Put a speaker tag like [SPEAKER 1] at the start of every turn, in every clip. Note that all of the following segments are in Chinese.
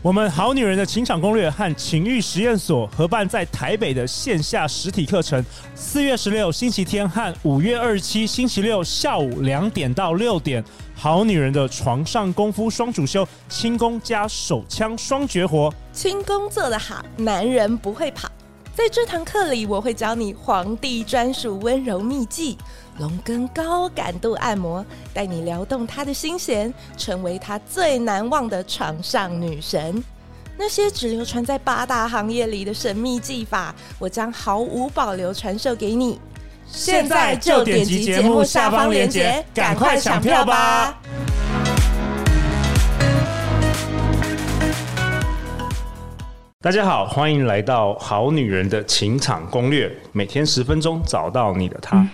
[SPEAKER 1] 我们好女人的情场攻略和情欲实验所合办在台北的线下实体课程，四月十六星期天和五月二十七星期六下午两点到六点。好女人的床上功夫双主修，轻功加手枪双绝活，
[SPEAKER 2] 轻功做得好，男人不会跑。在这堂课里，我会教你皇帝专属温柔秘技——龙根高感度按摩，带你撩动她的心弦，成为她最难忘的床上女神。那些只流传在八大行业里的神秘技法，我将毫无保留传授给你。
[SPEAKER 1] 现在就点击节目下方链接赶快抢票吧！大家好，欢迎来到《好女人的情场攻略》，每天十分钟，找到你的他。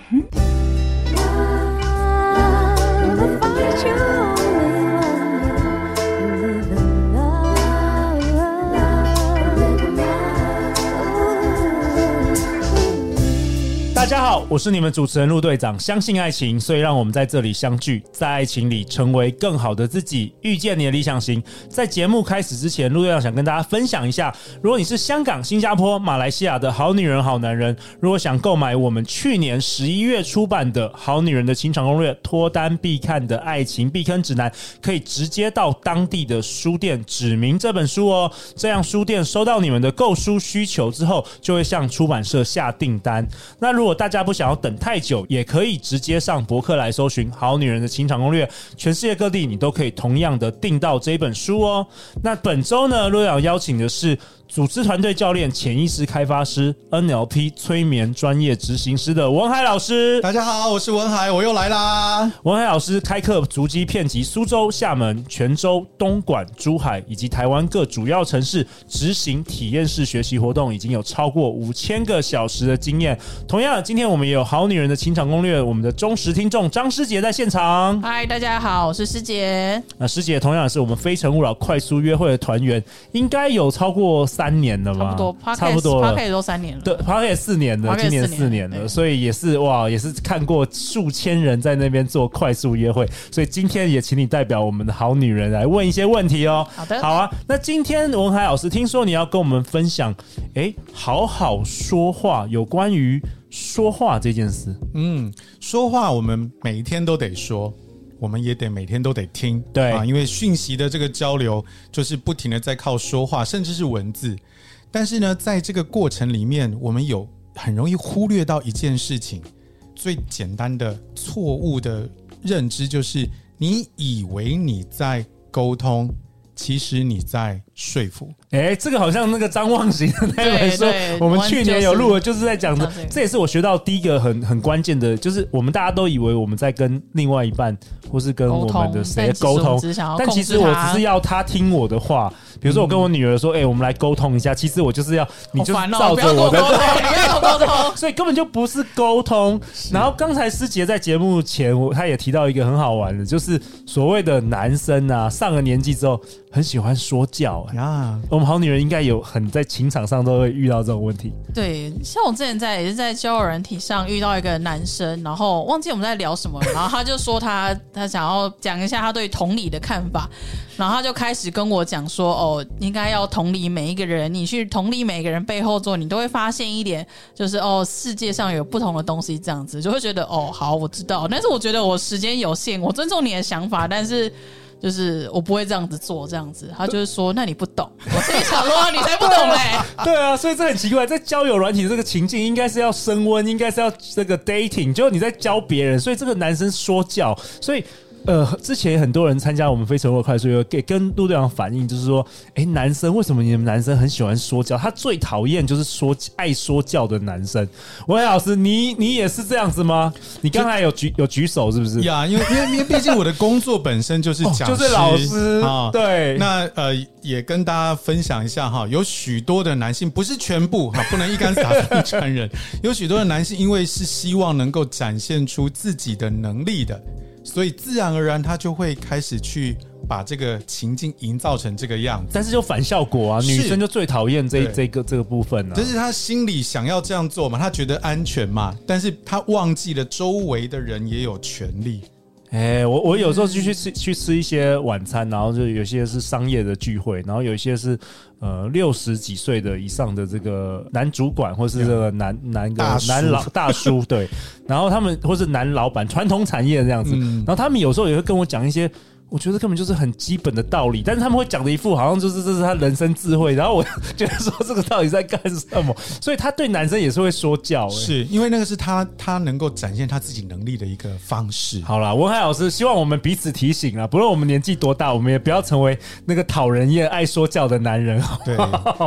[SPEAKER 1] 大家好，我是你们主持人陆队长。相信爱情，所以让我们在这里相聚，在爱情里成为更好的自己，遇见你的理想型。在节目开始之前，陆队长想跟大家分享一下，如果你是香港、新加坡、马来西亚的好女人、好男人，如果想购买我们去年十一月出版的《好女人的情场攻略》脱单必看的爱情避坑指南，可以直接到当地的书店指明这本书哦。这样书店收到你们的购书需求之后，就会向出版社下订单。那如果大家不想要等太久，也可以直接上博客来搜寻《好女人的情场攻略》，全世界各地你都可以同样的订到这一本书哦。那本周呢，陆阳邀请的是组织团队教练、潜意识开发师、NLP 催眠专业执行师的王海老师。
[SPEAKER 3] 大家好，我是文海，我又来啦。
[SPEAKER 1] 文海老师开课足迹遍及苏州、厦门、泉州、东莞、珠海以及台湾各主要城市，执行体验式学习活动已经有超过五千个小时的经验。同样，今天我们也有《好女人的情场攻略》，我们的忠实听众张师姐在现场。
[SPEAKER 4] 嗨，大家好，我是师姐。
[SPEAKER 1] 那师姐同样也是我们《非诚勿扰》快速约会的团员，应该有超过三年了吧？
[SPEAKER 4] 差不多 p o
[SPEAKER 1] 差不多
[SPEAKER 4] p
[SPEAKER 1] 了
[SPEAKER 4] o d 都三年了。
[SPEAKER 1] 对 p a r 四年了，
[SPEAKER 4] Parkett
[SPEAKER 1] 今年
[SPEAKER 4] 四年
[SPEAKER 1] 四年了，
[SPEAKER 4] 对
[SPEAKER 1] 所以也是哇，也是看过数千人在那边做快速约会，所以今天也请你代表我们的好女人来问一些问题哦。
[SPEAKER 4] 好的
[SPEAKER 1] 好啊。那今天文海老师听说你要跟我们分享，诶，好好说话有关于说话这件事，
[SPEAKER 3] 嗯，说话我们每一天都得说，我们也得每天都得听，
[SPEAKER 1] 对
[SPEAKER 3] 啊，因为讯息的这个交流就是不停的在靠说话，甚至是文字。但是呢，在这个过程里面，我们有很容易忽略到一件事情，最简单的错误的认知就是，你以为你在沟通，其实你在说服。
[SPEAKER 1] 诶，哎这个好像那个张望行的那本
[SPEAKER 4] 对
[SPEAKER 1] 书
[SPEAKER 4] 对，
[SPEAKER 1] 我们
[SPEAKER 4] 我们
[SPEAKER 1] 去年有录了，就是在讲的
[SPEAKER 4] 讲这，个
[SPEAKER 1] 这也是我学到第一个很很关键的，就是我们大家都以为我们在跟另外一半，或是跟我
[SPEAKER 4] 沟
[SPEAKER 1] 们
[SPEAKER 4] 通，
[SPEAKER 1] 的谁
[SPEAKER 4] 但其实
[SPEAKER 1] 沟
[SPEAKER 4] 我
[SPEAKER 1] 通
[SPEAKER 4] 只，是想要
[SPEAKER 1] 但
[SPEAKER 4] 控
[SPEAKER 1] 其
[SPEAKER 4] 制
[SPEAKER 1] 实我
[SPEAKER 4] 他嗯
[SPEAKER 1] 只是要她听我的话，比如说我跟我女儿说：“哎、我们来沟通一下。”其实我就是要你就
[SPEAKER 4] 好
[SPEAKER 1] 是
[SPEAKER 4] 烦哦，
[SPEAKER 1] 照
[SPEAKER 4] 不要
[SPEAKER 1] 着
[SPEAKER 4] 跟我
[SPEAKER 1] 我
[SPEAKER 4] 沟
[SPEAKER 1] 的，。
[SPEAKER 4] 通，不要跟我沟通
[SPEAKER 1] 所以根本就不是沟通。然后刚才师姐在节目前，我她也提到一个很好玩的，就是所谓的男生啊，上了年纪之后很喜欢说教、哎
[SPEAKER 3] 呀，
[SPEAKER 1] 我们好女人应该有很在情场上都会遇到这种问题。
[SPEAKER 4] 对，像我之前在也是在交友软体上遇到一个男生，然后忘记我们在聊什么了，然后他就说他他想要讲一下他对同理的看法，然后他就开始跟我讲说，哦，应该要同理每一个人，你去同理每个人背后做，你都会发现一点，就是哦，世界上有不同的东西，这样子就会觉得哦，好，我知道，但是我觉得我时间有限，我尊重你的想法，但是。就是我不会这样子做，这样子，他就是说，那你不懂，我心里想说，你才不懂哎嘞、
[SPEAKER 1] 对啊，所以这很奇怪，在交友软体这个情境，应该是要升温，应该是要这个 dating，就是你在教别人，所以这个男生说教，所以。呃，之前很多人参加我们非诚勿扰快速约会，给跟陆队长反映，就是说，哎、男生为什么你们男生很喜欢说教？他最讨厌就是说爱说教的男生。喂，老师，你你也是这样子吗？你刚才有举有举手是不是？
[SPEAKER 3] 呀，因为因为因为毕竟我的工作本身就是讲师、
[SPEAKER 1] 哦
[SPEAKER 3] 啊
[SPEAKER 1] 就是老师，对，
[SPEAKER 3] 那呃，也跟大家分享一下哈，有许多的男性，不是全部哈，不能一竿子打翻一船人。有许多的男性，因为是希望能够展现出自己的能力的，所以自然而然他就会开始去把这个情境营造成这个样子。
[SPEAKER 1] 但是就反效果啊，
[SPEAKER 3] 是
[SPEAKER 1] 女生就最讨厌这
[SPEAKER 3] 对
[SPEAKER 1] 这个这个部分了、啊
[SPEAKER 3] 这。是他心里想要这样做嘛，他觉得安全嘛，但是他忘记了周围的人也有权利。
[SPEAKER 1] 哎、我我有时候就去吃去吃一些晚餐，然后就有些是商业的聚会，然后有一些是呃六十几岁的以上的这个男主管或是这个男男个
[SPEAKER 3] 大叔
[SPEAKER 1] 男老大叔 对，然后他们或是男老板传统产业这样子，
[SPEAKER 3] 嗯
[SPEAKER 1] 然后他们有时候也会跟我讲一些。我觉得根本就是很基本的道理，但是他们会讲的一副好像就是这是他人生智慧，然后我 觉得说这个到底在干什么，所以他对男生也是会说教、欸。
[SPEAKER 3] 是因为那个是他他能够展现他自己能力的一个方式。
[SPEAKER 1] 嗯好啦，文海老师，希望我们彼此提醒啊，不论我们年纪多大，我们也不要成为那个讨人厌、爱说教的男人。
[SPEAKER 3] 对，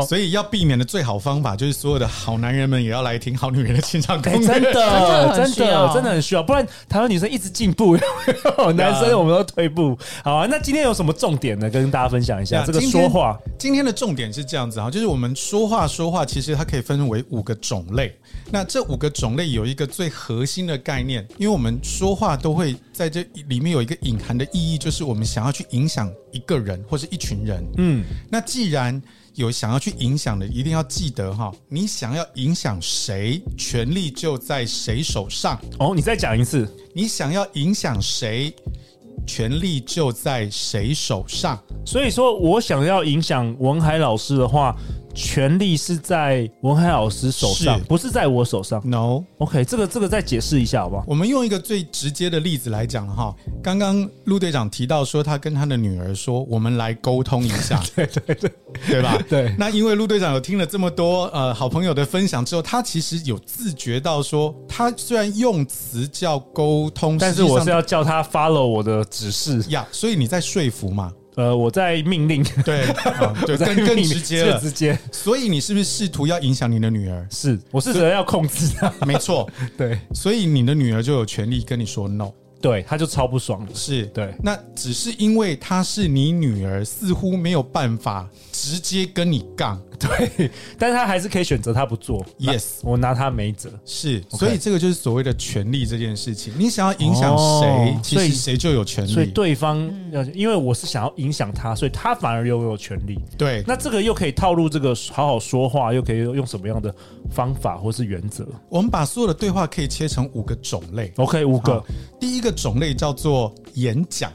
[SPEAKER 3] 所以要避免的最好方法就是所有的好男人们也要来听好女人的现场
[SPEAKER 1] 哎、
[SPEAKER 3] 攻 略。
[SPEAKER 1] 真的，
[SPEAKER 4] 的
[SPEAKER 1] 真
[SPEAKER 4] 很需要
[SPEAKER 1] 的，真的很需要，不然台湾女生一直进步， 男生我们都退步。啊好啊，那今天有什么重点呢？跟大家分享一下
[SPEAKER 3] 呀
[SPEAKER 1] 这个说话。
[SPEAKER 3] 今天的重点是这样子哈，就是我们说话说话，其实它可以分为五个种类。那这五个种类有一个最核心的概念，因为我们说话都会在这里面有一个隐含的意义，就是我们想要去影响一个人或是一群人。
[SPEAKER 1] 嗯，
[SPEAKER 3] 那既然有想要去影响的，一定要记得哈，你想要影响谁，权力就在谁手上；
[SPEAKER 1] 哦，你再讲一次。
[SPEAKER 3] 你想要影响谁，权力就在谁手上。
[SPEAKER 1] 所以说我想要影响文海老师的话，权力是在文海老师手上，
[SPEAKER 3] 是
[SPEAKER 1] 不是在我手上。
[SPEAKER 3] No，
[SPEAKER 1] OK，这个这个再解释一下好不好？
[SPEAKER 3] 我们用一个最直接的例子来讲哈，刚刚陆队长提到说，他跟他的女儿说，我们来沟通 一下，对对对，对吧？
[SPEAKER 1] 对
[SPEAKER 3] 那因为陆队长有听了这么多呃好朋友的分享之后，他其实有自觉到说，他虽然用词叫沟通，
[SPEAKER 1] 但是
[SPEAKER 3] 实际上
[SPEAKER 1] 我是要叫他 follow 我的指示，
[SPEAKER 3] 呀，所以你在说服 嘛？
[SPEAKER 1] 呃，我在命 令，
[SPEAKER 3] 对，啊 对，
[SPEAKER 1] 我在
[SPEAKER 3] 更
[SPEAKER 1] 命
[SPEAKER 3] 更
[SPEAKER 1] 令
[SPEAKER 3] 直接
[SPEAKER 1] 最
[SPEAKER 3] 了。
[SPEAKER 1] 直接
[SPEAKER 3] 所以你是不是试图要影响你的女儿？
[SPEAKER 1] 是，我试着要控制 他，
[SPEAKER 3] 没错，
[SPEAKER 1] 对
[SPEAKER 3] 所以你的女儿就有权利跟你说 no。
[SPEAKER 1] 对，他就超不爽了，
[SPEAKER 3] 是
[SPEAKER 1] 对
[SPEAKER 3] 那只是因为她是你女儿，似乎没有办法直接跟你杠。
[SPEAKER 1] 对，但是他还是可以选择他不做
[SPEAKER 3] Yes 嗯
[SPEAKER 1] 那我拿他没辙，
[SPEAKER 3] 是
[SPEAKER 1] OK
[SPEAKER 3] 所以这个就是所谓的权利这件事情。你想要影响谁，
[SPEAKER 1] 哦
[SPEAKER 3] 其
[SPEAKER 1] 所以
[SPEAKER 3] 实谁就有权利。
[SPEAKER 1] 所以对方要，因为我是想要影响他，所以他反而拥有权利，
[SPEAKER 3] 对
[SPEAKER 1] 那这个又可以套路这个好好说话，又可以用什么样的方法或是原则
[SPEAKER 3] 我们把所有的对话可以切成五个种类。
[SPEAKER 1] ？OK，五个
[SPEAKER 3] 好，第一个种类叫做演讲。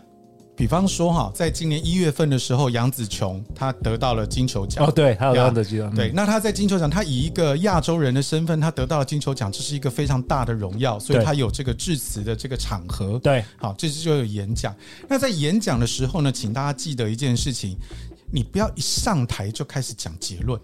[SPEAKER 3] 比方说哈，在今年一月份的时候，杨紫琼她得到了金球奖
[SPEAKER 1] 哦，。对，还有这
[SPEAKER 3] 呀
[SPEAKER 1] 样的记得，嗯
[SPEAKER 3] 对，，那她在金球奖，她以一个亚洲人的身份，她得到了金球奖，这是一个非常大的荣耀，所以
[SPEAKER 1] 对
[SPEAKER 3] 她有这个致辞的这个场合。
[SPEAKER 1] 对，
[SPEAKER 3] 好，这次就有演讲。那在演讲的时候呢，请大家记得一件事情：你不要一上台就开始讲结论，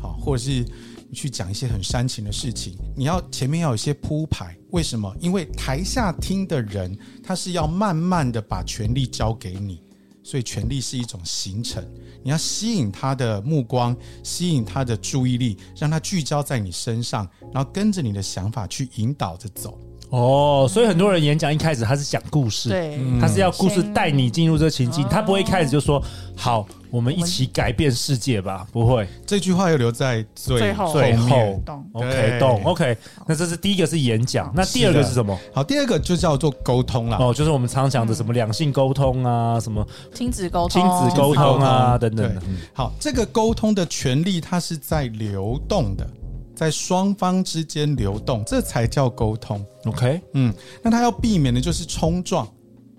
[SPEAKER 3] 好，或者是去讲一些很煽情的事情。你要前面要有一些铺排。为什么？因为台下听的人，他是要慢慢的把权力交给你。所以权力是一种形成，你要吸引他的目光，吸引他的注意力，让他聚焦在你身上，然后跟着你的想法去引导着走。
[SPEAKER 1] 哦，所以很多人演讲一开始他是讲故事，
[SPEAKER 4] 对，
[SPEAKER 3] 嗯
[SPEAKER 1] 他是要故事
[SPEAKER 4] 先
[SPEAKER 1] 带你进入这情境，
[SPEAKER 4] 哦
[SPEAKER 1] 他不会一开始就说“好，我们一起改变世界吧”，不会。
[SPEAKER 3] 这句话要留在最
[SPEAKER 4] 最后
[SPEAKER 1] 最
[SPEAKER 3] 哦后面哦
[SPEAKER 1] 后
[SPEAKER 4] 懂
[SPEAKER 1] ，OK，
[SPEAKER 3] 对
[SPEAKER 1] 懂，OK。那这是第一个是演讲，那第二个
[SPEAKER 3] 是的啊
[SPEAKER 1] 是什么？
[SPEAKER 3] 好，第二个就叫做沟通啦。
[SPEAKER 1] 哦，就是我们常讲
[SPEAKER 3] 嗯
[SPEAKER 1] 的什么两性沟通啊，什么
[SPEAKER 4] 亲子沟
[SPEAKER 1] 亲
[SPEAKER 4] 通，
[SPEAKER 1] 子沟通啊等等的。
[SPEAKER 3] 对好，这个沟通的权利它是在流动的，在双方之间流动，这才叫沟通。
[SPEAKER 1] 嗯 OK，
[SPEAKER 3] 嗯，那它要避免的就是冲撞，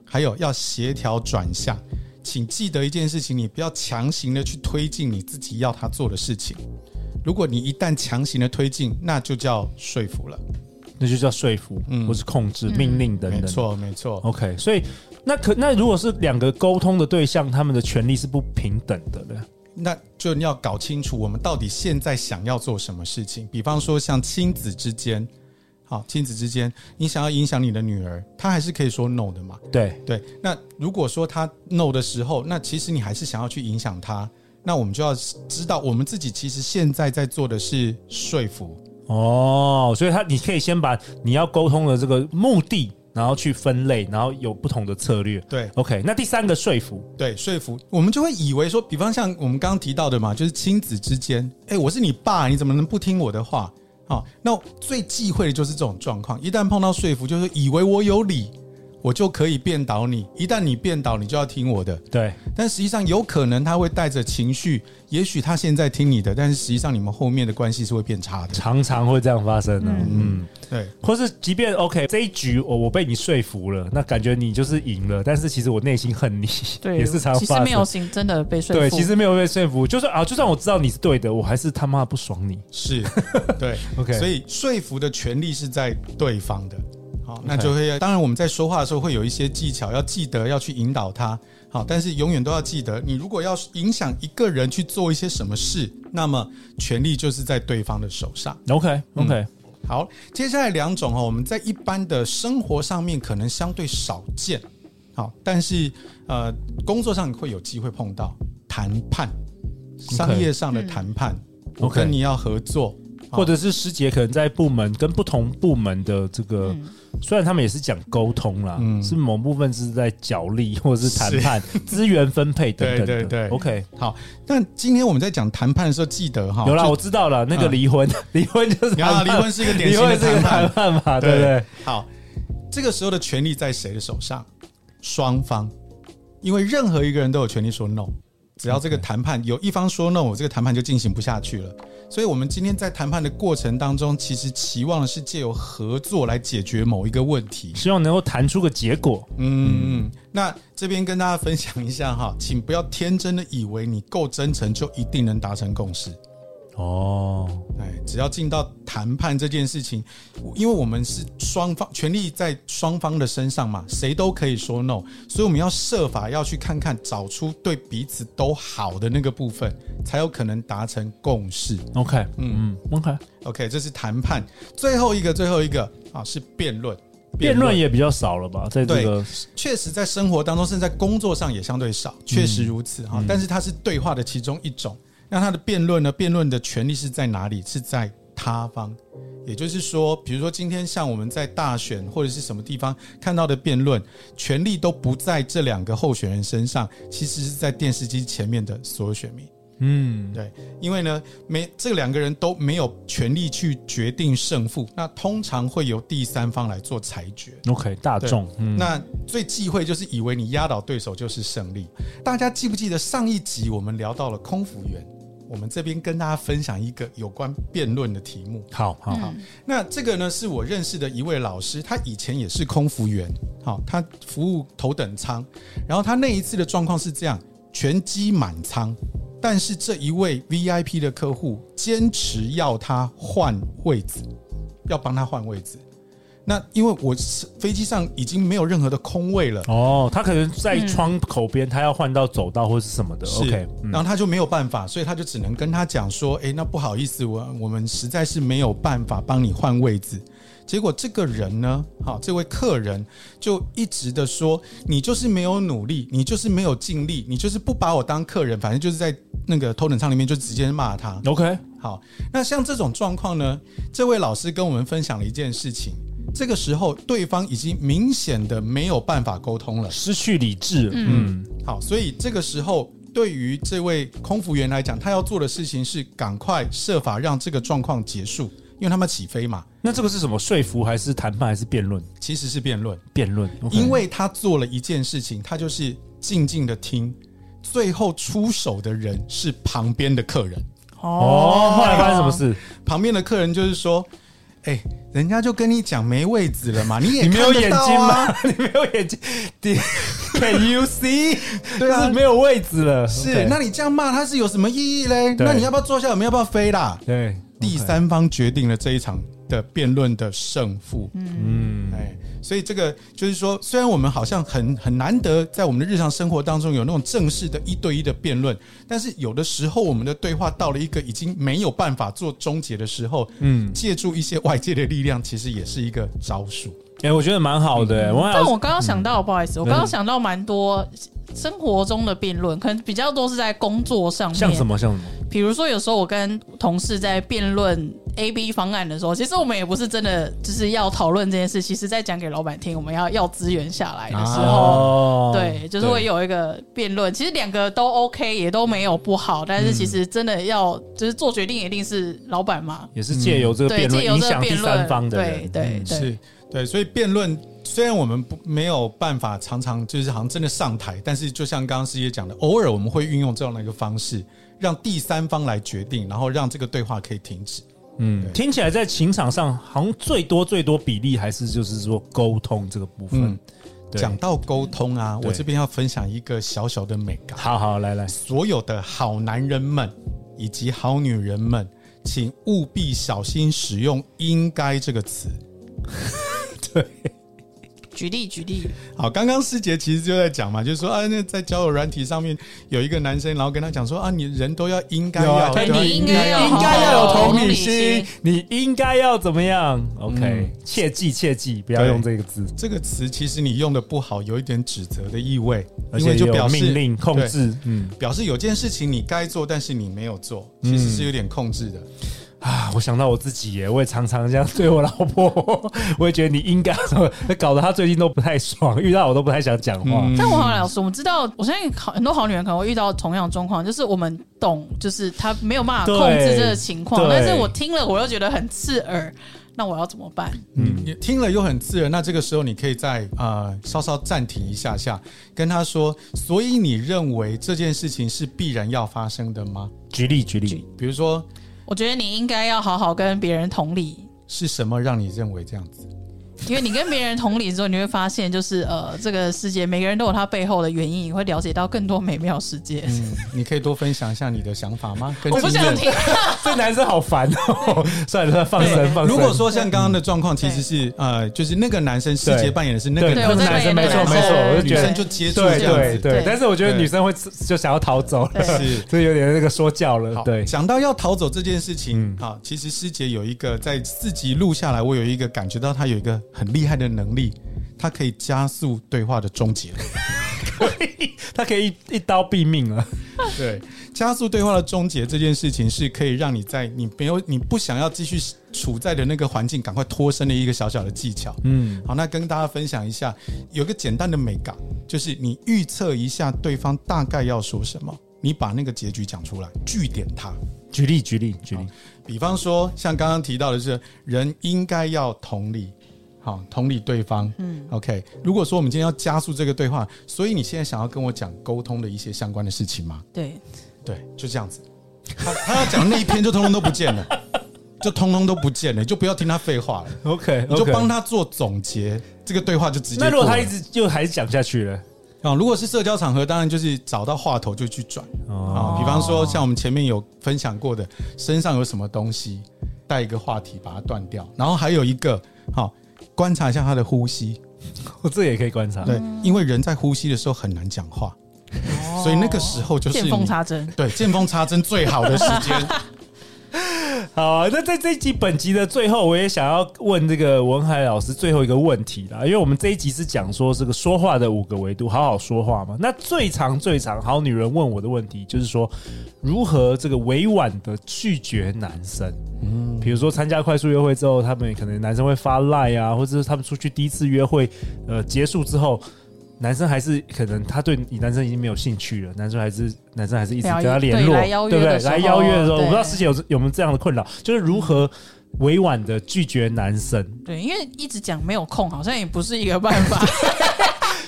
[SPEAKER 3] 还有要协调转向。请记得一件事情，你不要强行的去推进你自己要他做的事情。如果你一旦强行的推进，那就叫说服了。
[SPEAKER 1] 那就叫说服，
[SPEAKER 3] 嗯
[SPEAKER 1] 或是控制、命令等
[SPEAKER 3] 没
[SPEAKER 1] 等。
[SPEAKER 3] 错，没错。
[SPEAKER 1] OK，所以那可那如果是两个沟通的对象，他们的权利是不平等的呢？
[SPEAKER 3] 那就你要搞清楚我们到底现在想要做什么事情。比方说，像亲子之间，好，亲子之间，你想要影响你的女儿，她还是可以说 no 的嘛。
[SPEAKER 1] 对，
[SPEAKER 3] 对，那如果说她 no 的时候，那其实你还是想要去影响她，那我们就要知道，我们自己其实现在在做的是说服。
[SPEAKER 1] 哦，所以他你可以先把你要沟通的这个目的，然后去分类，然后有不同的策略。
[SPEAKER 3] 对
[SPEAKER 1] OK，那第三个说服，
[SPEAKER 3] 对，说服我们就会以为说，比方像我们刚刚提到的嘛，就是亲子之间，哎，我是你爸，你怎么能不听我的话？哦好、那最忌讳的就是这种状况，一旦碰到说服，就是以为我有理，我就可以变倒你。一旦你变倒，你就要听我的。
[SPEAKER 1] 对，
[SPEAKER 3] 但实际上有可能他会带着情绪，也许他现在听你的，但是实际上你们后面的关系是会变差的。
[SPEAKER 1] 常常会这样发生的、嗯
[SPEAKER 3] 对，
[SPEAKER 1] 或是即便 OK 这一局哦我我被你说服了，那感觉你就是赢了，但是其实我内心恨你，
[SPEAKER 4] 对，
[SPEAKER 1] 也是常
[SPEAKER 4] 其实
[SPEAKER 1] 发
[SPEAKER 4] 没有
[SPEAKER 1] 生。
[SPEAKER 4] 行真的被说服。
[SPEAKER 1] 对，其实没有被说服，就算啊，就算我知道你是对的，我还是他妈不爽你。
[SPEAKER 3] 是，对
[SPEAKER 1] OK
[SPEAKER 3] 所以说服的权利是在对方的。好，那
[SPEAKER 1] OK
[SPEAKER 3] 就会当然我们在说话的时候会有一些技巧，要记得要去引导他。好，但是永远都要记得，你如果要影响一个人去做一些什么事，那么权利就是在对方的手上。
[SPEAKER 1] OK
[SPEAKER 3] 嗯
[SPEAKER 1] OK，、
[SPEAKER 3] 好，接下来两种哦，我们在一般的生活上面可能相对少见，好，但是呃，工作上会有机会碰到谈判，商业上的谈判我
[SPEAKER 1] 嗯 OK
[SPEAKER 3] 跟你要合作，好
[SPEAKER 1] 或者是师姐可能在部门跟不同部门的这个，
[SPEAKER 4] 嗯
[SPEAKER 1] 虽然他们也是讲沟通啦，
[SPEAKER 3] 嗯
[SPEAKER 1] 是某部分是在角力或者是谈 判、资源分配等等的。
[SPEAKER 3] 对对对
[SPEAKER 1] OK，
[SPEAKER 3] 好，但今天我们在讲谈判的时候，记得哈，
[SPEAKER 1] 有啦，
[SPEAKER 3] 就
[SPEAKER 1] 我知道了，那个
[SPEAKER 3] 嗯
[SPEAKER 1] 离婚， 离婚就是
[SPEAKER 3] 你看
[SPEAKER 1] 谈
[SPEAKER 3] 离
[SPEAKER 1] 判
[SPEAKER 3] 婚是一个典
[SPEAKER 1] 离
[SPEAKER 3] 型
[SPEAKER 1] 婚
[SPEAKER 3] 的
[SPEAKER 1] 是一个
[SPEAKER 3] 谈
[SPEAKER 1] 谈
[SPEAKER 3] 判，
[SPEAKER 1] 判嘛，对不对？
[SPEAKER 3] 好，这个时候的权利在谁的手上？双方，因为任何一个人都有权利说 no。只要这个谈判有一方说 no，我这个谈判就进行不下去了。所以，我们今天在谈判的过程当中，其实期望的是借由合作来解决某一个问题。
[SPEAKER 1] 希望能够谈出个结果。
[SPEAKER 3] 嗯，那这边跟大家分享一下哈，请不要天真的以为你够真诚就一定能达成共识。
[SPEAKER 1] 哦，
[SPEAKER 3] 哎，只要进到谈判这件事情，因为我们是双方权利在双方的身上嘛，谁都可以说 no，所以我们要设法要去看看，找出对彼此都好的那个部分，才有可能达成共识。
[SPEAKER 1] OK，嗯嗯，OK，
[SPEAKER 3] OK，这是谈判。最后一个，最后一个啊是辩论，
[SPEAKER 1] 辩论也比较少了吧，在这个
[SPEAKER 3] 确实在生活当中，甚至在工作上也相对少，确实如此哈、但是它是对话的其中一种。那它的辩论呢？辩论的权利是在哪里？是在他方，也就是说，比如说今天像我们在大选或者是什么地方看到的辩论，权利都不在这两个候选人身上，其实是在电视机前面的所有选民。
[SPEAKER 1] 嗯，
[SPEAKER 3] 对，因为呢，没这两个人都没有权利去决定胜负，那通常会由第三方来做裁决。
[SPEAKER 1] OK，大众，嗯，
[SPEAKER 3] 那最忌讳就是以为你压倒对手就是胜利。大家记不记得上一集我们聊到了空服员？我们这边跟大家分享一个有关辩论的题目。
[SPEAKER 1] 好好好，
[SPEAKER 3] 那这个呢，是我认识的一位老师，他以前也是空服员，好，他服务头等舱。然后他那一次的状况是这样，全机满舱，但是这一位 VIP 的客户坚持要他换位置，要帮他换位置。那因为我是飞机上已经没有任何的空位了，
[SPEAKER 1] 哦，他可能在窗口边，他要换到走道或是嗯什么的。
[SPEAKER 3] 是
[SPEAKER 1] OK，
[SPEAKER 3] 然后他就没有办法，所以他就只能跟他讲说：“诶，那不好意思，我我们实在是没有办法帮你换位置。”结果这个人呢，好，这位客人就一直的说：“你就是没有努力，你就是没有尽力，你就是不把我当客人。”反正就是在那个头等舱里面就直接骂他。
[SPEAKER 1] OK，
[SPEAKER 3] 好，那像这种状况呢，这位老师跟我们分享了一件事情。这个时候，对方已经明显的没有办法沟通了。
[SPEAKER 1] 失去理智了。嗯
[SPEAKER 4] 嗯，
[SPEAKER 3] 好，所以这个时候对于这位空服员来讲，他要做的事情是赶快设法让这个状况结束，因为他们起飞嘛，
[SPEAKER 1] 那这个是什么？说服还是谈判还是辩论？
[SPEAKER 3] 其实是辩论，
[SPEAKER 1] 辩论，OK，
[SPEAKER 3] 因为他做了一件事情，他就是静静的听，最后出手的人是旁边的客人，
[SPEAKER 1] 哦，后来发生什么？事？
[SPEAKER 3] 旁边的客人就是说，哎、人家就跟你讲没位置了嘛，你也、
[SPEAKER 1] 你没有眼睛
[SPEAKER 3] 吗？
[SPEAKER 1] 吗？你 没有眼睛 你？Can you see？
[SPEAKER 3] 对啊
[SPEAKER 1] 就是没有位置了。
[SPEAKER 3] 是
[SPEAKER 1] OK，
[SPEAKER 3] 那你这样骂他是有什么意义嘞？
[SPEAKER 1] 对
[SPEAKER 3] 那你要不要坐下？我们要不要飞啦？
[SPEAKER 1] 对
[SPEAKER 3] 第，
[SPEAKER 1] OK
[SPEAKER 3] 三方决定了这一场的辩论的胜负。嗯，哎，所以这个就是说，虽然我们好像很很难得在我们的日常生活当中有那种正式的一对一的辩论，但是有的时候我们的对话到了一个已经没有办法做终结的时候，
[SPEAKER 1] 嗯
[SPEAKER 3] 嗯，借助一些外界的力量，其实也是一个招数。
[SPEAKER 1] 哎，我觉得蛮好的。欸我
[SPEAKER 4] 但
[SPEAKER 1] 想
[SPEAKER 4] 我刚刚想到，不好意
[SPEAKER 1] 嗯
[SPEAKER 4] 思，我刚刚想到蛮多生活中的辩论，可能比较多是在工作上面。
[SPEAKER 1] 像什么像什么？
[SPEAKER 4] 比如说，有时候我跟同事在辩论 A、B 方案的时候，其实我们也不是真的就是要讨论这件事，其实在讲给老板听，我们要要资源下来的时候，
[SPEAKER 1] 哦，
[SPEAKER 4] 对，就是会有一个辩论。其实两个都 OK，也都没有不好，但
[SPEAKER 1] 嗯
[SPEAKER 4] 是其实真的要就是做决定，一定是老板嘛，
[SPEAKER 1] 也是借由这个
[SPEAKER 4] 嗯对，
[SPEAKER 1] 辩论
[SPEAKER 4] 借由
[SPEAKER 1] 影
[SPEAKER 4] 这个
[SPEAKER 1] 响第
[SPEAKER 4] 辩
[SPEAKER 1] 三
[SPEAKER 4] 论，
[SPEAKER 1] 方的
[SPEAKER 4] 对
[SPEAKER 1] 人。嗯
[SPEAKER 4] 对对，
[SPEAKER 3] 嗯是对，所以辩论虽然我们不没有办法常常就是好像真的上台，但是就像刚刚师姐讲的，偶尔我们会运用这样的一个方式，让第三方来决定，然后让这个对话可以停止。
[SPEAKER 1] 嗯，听起来在情场上好像最多最多比例还是就是说沟通这个部分。
[SPEAKER 3] 嗯
[SPEAKER 1] 对
[SPEAKER 3] 讲到沟通啊，
[SPEAKER 1] 对
[SPEAKER 3] 我这边要分享一个小小的美感。
[SPEAKER 1] 好好来来，
[SPEAKER 3] 所有的好男人们以及好女人们，请务必小心使用“应该”这个词。
[SPEAKER 4] 举例举例，
[SPEAKER 3] 好，刚刚师姐其实就在讲嘛，就是说啊，那在交友软体上面有一个男生，然后跟他讲说啊，你人都要应该
[SPEAKER 1] 有啊
[SPEAKER 3] 要，
[SPEAKER 1] 对
[SPEAKER 3] 都要
[SPEAKER 4] 你应该要
[SPEAKER 1] 应该要有
[SPEAKER 4] 好好
[SPEAKER 1] 同理
[SPEAKER 4] 理
[SPEAKER 1] 心
[SPEAKER 4] 心，
[SPEAKER 1] 你应该要怎么样？OK，、
[SPEAKER 3] 嗯
[SPEAKER 1] 切记切记，不要
[SPEAKER 3] 对
[SPEAKER 1] 用这个字，
[SPEAKER 3] 这个词其实你用的不好，有一点指责的意味，
[SPEAKER 1] 而
[SPEAKER 3] 因为
[SPEAKER 1] 且
[SPEAKER 3] 就
[SPEAKER 1] 有
[SPEAKER 3] 表示
[SPEAKER 1] 命令控
[SPEAKER 3] 对
[SPEAKER 1] 制。嗯
[SPEAKER 3] 表示有件事情你该做，但是你没有做，其实是有点控制的。
[SPEAKER 1] 啊，我想到我自己耶，我也常常这样对我老婆， 我也觉得你应该什么，搞得她最近都不太爽，遇到我都不太想讲话。
[SPEAKER 3] 嗯
[SPEAKER 4] 但我好像老师，我们知道，我相信好很多好女人可能会遇到同样的状况，就是我们懂，就是她没有办法
[SPEAKER 1] 对
[SPEAKER 4] 控制这个情况
[SPEAKER 1] 对，
[SPEAKER 4] 但是我听了我又觉得很刺耳，那我要怎么办？
[SPEAKER 3] 嗯，你听了又很自然，那这个时候你可以再呃稍稍暂停一下下，跟他说，所以你认为这件事情是必然要发生的吗？
[SPEAKER 1] 举例举例，
[SPEAKER 3] 比如说
[SPEAKER 4] 我觉得你应该要好好跟别人同理，
[SPEAKER 3] 是什么让你认为这样子？
[SPEAKER 4] 因为你跟别人同理之后，你会发现，就是呃，这个世界每个人都有他背后的原因，你会了解到更多美妙世界。
[SPEAKER 3] 嗯，你可以多分享一下你的想法 吗？跟
[SPEAKER 4] 我不
[SPEAKER 3] 经验
[SPEAKER 4] 想听，
[SPEAKER 1] 这男生好烦 哦。算了算了，放
[SPEAKER 4] 对
[SPEAKER 1] 生放生。
[SPEAKER 3] 如果说像刚刚的状况，其实是呃，就是那个男生师姐
[SPEAKER 1] 对
[SPEAKER 3] 扮演的是那个
[SPEAKER 1] 对，
[SPEAKER 4] 对
[SPEAKER 1] 那
[SPEAKER 4] 我
[SPEAKER 1] 个
[SPEAKER 4] 在
[SPEAKER 1] 男生
[SPEAKER 4] 扮
[SPEAKER 1] 没
[SPEAKER 4] 演
[SPEAKER 1] 错
[SPEAKER 4] 那个
[SPEAKER 1] 没错，
[SPEAKER 4] 男
[SPEAKER 1] 我就
[SPEAKER 4] 生
[SPEAKER 3] 女
[SPEAKER 1] 觉
[SPEAKER 3] 生
[SPEAKER 1] 得
[SPEAKER 3] 就接触
[SPEAKER 1] 对
[SPEAKER 3] 这样
[SPEAKER 1] 对
[SPEAKER 3] 子，
[SPEAKER 1] 对
[SPEAKER 4] 对，
[SPEAKER 1] 但是我觉得
[SPEAKER 3] 对
[SPEAKER 1] 女生会自就想要逃走了，
[SPEAKER 3] 是。
[SPEAKER 1] 这有点那个说教了。
[SPEAKER 3] 好，
[SPEAKER 1] 对，嗯
[SPEAKER 3] 讲到要逃走这件事情，好，其实师姐有一个在四集录下来，我有一个感觉到她有一个很厉害的能力，她可以加速对话的终结。
[SPEAKER 1] 他可以一一刀毙命了。
[SPEAKER 3] 对，加速对话的终结这件事情是可以让你在你没有你不想要继续处在的那个环境，赶快脱身的一个小小的技巧。
[SPEAKER 1] 嗯，
[SPEAKER 3] 好，那跟大家分享一下，有个简单的美感，就是你预测一下对方大概要说什么，你把那个结局讲出来，据点他。
[SPEAKER 1] 举例举例举例，
[SPEAKER 3] 比方说，像刚刚提到的是，人应该要同理，好，同理对方。嗯，OK。如果说我们今天要加速这个对话，所以你现在想要跟我讲沟通的一些相关的事情吗？
[SPEAKER 4] 对，
[SPEAKER 3] 对，就这样子。他他要讲的那一篇就通通都不见了， 就通通都不见了，你就不要听他废话了，
[SPEAKER 1] OK，
[SPEAKER 3] 你就帮
[SPEAKER 1] 他。
[SPEAKER 3] 他做总结，这个对话就直接过
[SPEAKER 1] 那
[SPEAKER 3] 了。
[SPEAKER 1] 如果他一直就还是讲下去了，
[SPEAKER 3] 啊，如果是社交场合，当然就是找到话头就去转
[SPEAKER 1] 哦
[SPEAKER 3] 啊。比方说，像我们前面有分享过的，身上有什么东西，带一个话题把它断掉。然后还有一个，好、观察一下他的呼吸，
[SPEAKER 1] 我这也可以观察。
[SPEAKER 3] 对，因为人在呼吸的时候很难讲话，
[SPEAKER 1] 哦
[SPEAKER 3] 所以那个时候就是
[SPEAKER 4] 见缝
[SPEAKER 3] 你
[SPEAKER 4] 插针。
[SPEAKER 3] 对见缝插针最好的时 间。
[SPEAKER 1] 好啊、那在这一集本集的最后，我也想要问这个文海老师最后一个问题啦，因为我们这一集是讲说这个说话的五个维度，好好说话嘛。那最常最常好女人问我的问题就是说，如何这个委婉的拒绝男生？嗯，比如说参加快速约会之后，他们可能男生会发赖啊，或者是他们出去第一次约会，呃，结束之后。男生还是可能他对你男生已经没有兴趣了，男生还是男生还是一直跟他联络，
[SPEAKER 4] 对来邀约
[SPEAKER 1] 对不对？
[SPEAKER 4] 的时候
[SPEAKER 1] 来邀约的时候，我
[SPEAKER 4] 对
[SPEAKER 1] 不知道师姐有有没有这样的困扰，就是如何委婉的拒绝男生。
[SPEAKER 4] 对，因为一直讲没有空，好像也不是一个办法。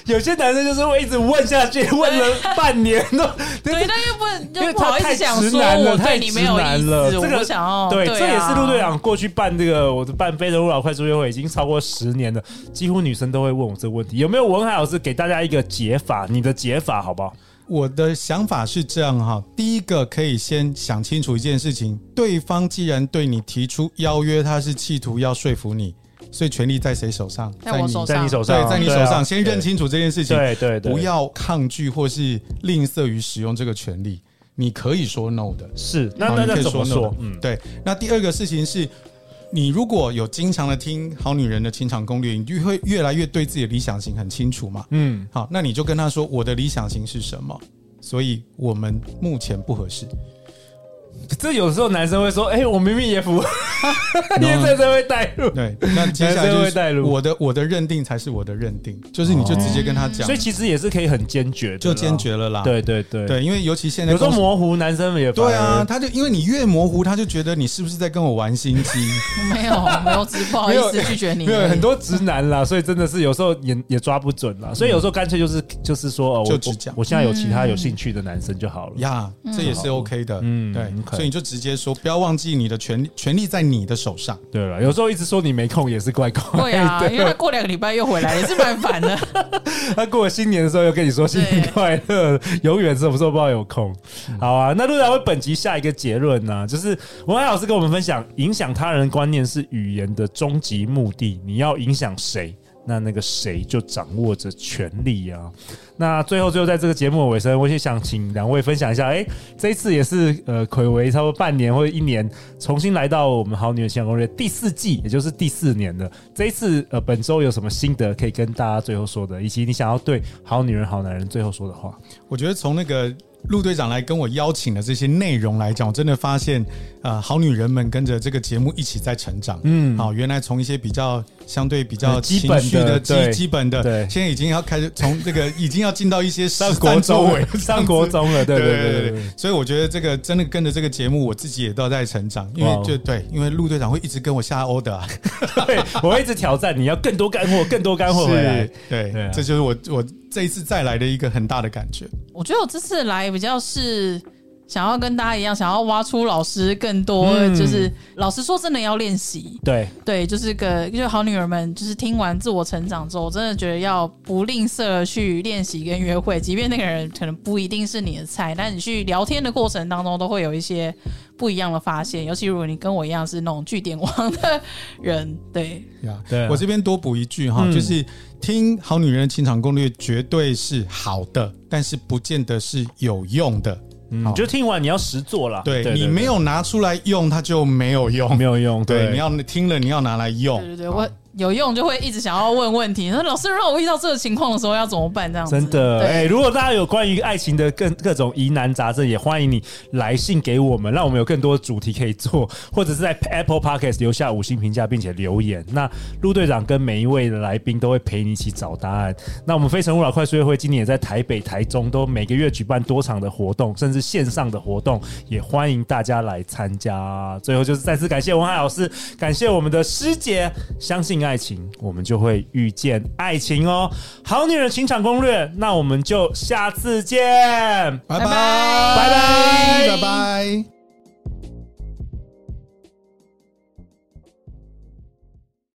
[SPEAKER 1] 有些男生就是会一直问下去，问了半年 都，
[SPEAKER 4] 对，
[SPEAKER 1] 对
[SPEAKER 4] 但又不能
[SPEAKER 1] 因为
[SPEAKER 4] 又不
[SPEAKER 1] 他
[SPEAKER 4] 好意
[SPEAKER 1] 太
[SPEAKER 4] 思想
[SPEAKER 1] 直
[SPEAKER 4] 说
[SPEAKER 1] 男了
[SPEAKER 4] 我
[SPEAKER 1] 太
[SPEAKER 4] 对你没
[SPEAKER 1] 直
[SPEAKER 4] 有意
[SPEAKER 1] 男
[SPEAKER 4] 思，
[SPEAKER 1] 了
[SPEAKER 4] 我
[SPEAKER 1] 这个
[SPEAKER 4] 不想要。
[SPEAKER 1] 哦对，
[SPEAKER 4] 啊
[SPEAKER 1] 这也是陆队长过去办这个我的办非诚勿扰快速约会已经超过十年了，几乎女生都会问我这个问题，有没有文海老师给大家一个解法？你的解法好不好？
[SPEAKER 3] 我的想法是这样哈，第一个可以先想清楚一件事情，对方既然对你提出邀约，他是企图要说服你，所以权力在谁手上？
[SPEAKER 4] 在
[SPEAKER 3] 你
[SPEAKER 4] 我手
[SPEAKER 1] 在你手上，
[SPEAKER 3] 对，在你手
[SPEAKER 1] 啊
[SPEAKER 3] 上，先认。清楚这件事情，
[SPEAKER 1] 对对对，
[SPEAKER 3] 不要抗拒或是吝啬于使用这个权利，你可以说 no 的。
[SPEAKER 1] 是那
[SPEAKER 3] 好
[SPEAKER 1] 那
[SPEAKER 3] 你
[SPEAKER 1] 那
[SPEAKER 3] 可以
[SPEAKER 1] 怎么
[SPEAKER 3] no
[SPEAKER 1] 说
[SPEAKER 3] 的？
[SPEAKER 1] 嗯，
[SPEAKER 3] 对。那第二个事情是，你如果有经常的听《好女人的情场攻略》，你就会越来越对自己的理想型很清楚嘛。
[SPEAKER 1] 嗯，
[SPEAKER 3] 好，那你就跟他说我的理想型是什么，所以我们目前不合适。
[SPEAKER 1] 这有时候男生会说：“哎、我明明也 符合，因为这真会带入。
[SPEAKER 3] 对，那接 下来就
[SPEAKER 1] 还是会带
[SPEAKER 3] 是
[SPEAKER 1] 入
[SPEAKER 3] 我的我的认定才是我的认定，就是你就直接跟他讲，
[SPEAKER 1] 哦所以其实也是可以很坚决的，
[SPEAKER 3] 就坚。决了啦。
[SPEAKER 1] 对对对，
[SPEAKER 3] 对，因为尤其现在
[SPEAKER 1] 有时候
[SPEAKER 3] 公司
[SPEAKER 1] 模呃糊，男生也反而
[SPEAKER 3] 对啊，，他就因为你越模糊，他就觉得你是不是在跟我玩心机？
[SPEAKER 4] 没有没有，只是不好意
[SPEAKER 1] 没
[SPEAKER 4] 思拒绝你而已。
[SPEAKER 1] 没有很多直男啦，所以真的是有时候也也抓不准
[SPEAKER 4] 嗯
[SPEAKER 1] 啦，所以有时候干脆就是就是说，哦，我
[SPEAKER 3] 就嗯直讲
[SPEAKER 1] 我我现在有其他有兴趣的男生就好了。
[SPEAKER 3] 呀，这也是 OK 的。
[SPEAKER 1] 嗯
[SPEAKER 3] 嗯，对
[SPEAKER 1] 嗯，，OK
[SPEAKER 3] 所以你就直接说，不要忘记你的权利，权利在你的手上。
[SPEAKER 1] 对了，有时候一直说你没空也是怪怪
[SPEAKER 4] 会 啊，
[SPEAKER 1] 的。
[SPEAKER 4] 因为他过两个礼拜又回来，也是蛮烦的。
[SPEAKER 1] 他过了新年的时候又跟你说新年快乐，永远什么时候不知道有空。
[SPEAKER 4] 嗯
[SPEAKER 1] 好啊，那陆大为本集下一个结论呢、就是文海老师跟我们分享，影响他人观念是语言的终极目的，你要影响谁？那那个谁就掌握着权力啊！那最后最后在这个节目的尾声，我也想请两位分享一下，哎、这一次也是呃，暌违差不多半年或者一年，重新来到我们《好女人情感攻略》第四季，也就是第四年了。这一次呃，本周有什么心得可以跟大家最后说的，以及你想要对好女人、好男人最后说的话？
[SPEAKER 3] 我觉得从那个陆队长来跟我邀请的这些内容来讲，我真的发现，呃，好女人们跟着这个节目一起在成长。
[SPEAKER 1] 嗯
[SPEAKER 3] 嗯，好，原来从一些比较相对比较
[SPEAKER 1] 呃基
[SPEAKER 3] 情
[SPEAKER 1] 本的
[SPEAKER 3] 绪的基
[SPEAKER 1] 对
[SPEAKER 3] 基本的，
[SPEAKER 1] 对
[SPEAKER 3] 现在已经要开始从这个已经要进到一 些
[SPEAKER 1] 上
[SPEAKER 3] 实
[SPEAKER 1] 国
[SPEAKER 3] 战作
[SPEAKER 1] 中
[SPEAKER 3] 为，
[SPEAKER 1] 上国中了，对
[SPEAKER 3] 对
[SPEAKER 1] 对
[SPEAKER 3] 对
[SPEAKER 1] 对
[SPEAKER 3] 对
[SPEAKER 1] 对
[SPEAKER 3] 对
[SPEAKER 1] 对，
[SPEAKER 3] 所以我觉得这个真的跟着这个节目，我自己也都在成长，因
[SPEAKER 1] 哇哦
[SPEAKER 3] 为就对，因为陆队长会一直跟我下 order，啊
[SPEAKER 1] 对， 我会一直挑战你要更多干货，更多干货回来
[SPEAKER 3] 是。对，
[SPEAKER 1] 对啊
[SPEAKER 3] 这就是我我这一次再来的一个很大的感觉。
[SPEAKER 4] 我觉得我这次来比较是想要跟大家一样，想要挖出老师更多，
[SPEAKER 1] 嗯
[SPEAKER 4] 就是老实说，真的要练习。
[SPEAKER 1] 对，
[SPEAKER 4] 对，就是个就是好女儿们，就是听完自我成长之后，我真的觉得要不吝啬地去练习跟约会，即便那个人可能不一定是你的菜，但你去聊天的过程当中，都会有一些不一样的发现。尤其如果你跟我一样是那种据点王的人，对，
[SPEAKER 3] 呀
[SPEAKER 1] 对啊
[SPEAKER 3] 我这边多补一句哈，
[SPEAKER 1] 嗯
[SPEAKER 3] 就是听《好女人的情场攻略》绝对是好的，但是不见得是有用的。
[SPEAKER 1] 嗯，
[SPEAKER 3] 好
[SPEAKER 1] 就听完你要实做啦。
[SPEAKER 3] 对你没有拿出来用，它就没有用。
[SPEAKER 1] 没有用，
[SPEAKER 3] 对，你要听了，你要拿来用。
[SPEAKER 4] 对对对，我有用就会一直想要问问题。那老师让我遇到这个情况的时候要怎么办？这样子
[SPEAKER 1] 真的，
[SPEAKER 4] 对
[SPEAKER 1] 哎、如果大家有关于爱情的各各种疑难杂症，也欢迎你来信给我们，让我们有更多的主题可以做，或者是在 Apple Podcast 留下五星评价，并且留言。那陆队长跟每一位的来宾都会陪你一起找答案。那我们非诚勿扰快速约会今年也在台北、台中都每个月举办多场的活动，甚至线上的活动，也欢迎大家来参加。最后就是再次感谢文海老师，感谢我们的师姐，相信爱情，我们就会遇见爱情哦。好女人情场攻略，那我们就下次见，
[SPEAKER 3] 拜拜
[SPEAKER 4] 拜
[SPEAKER 1] 拜拜
[SPEAKER 3] 拜拜。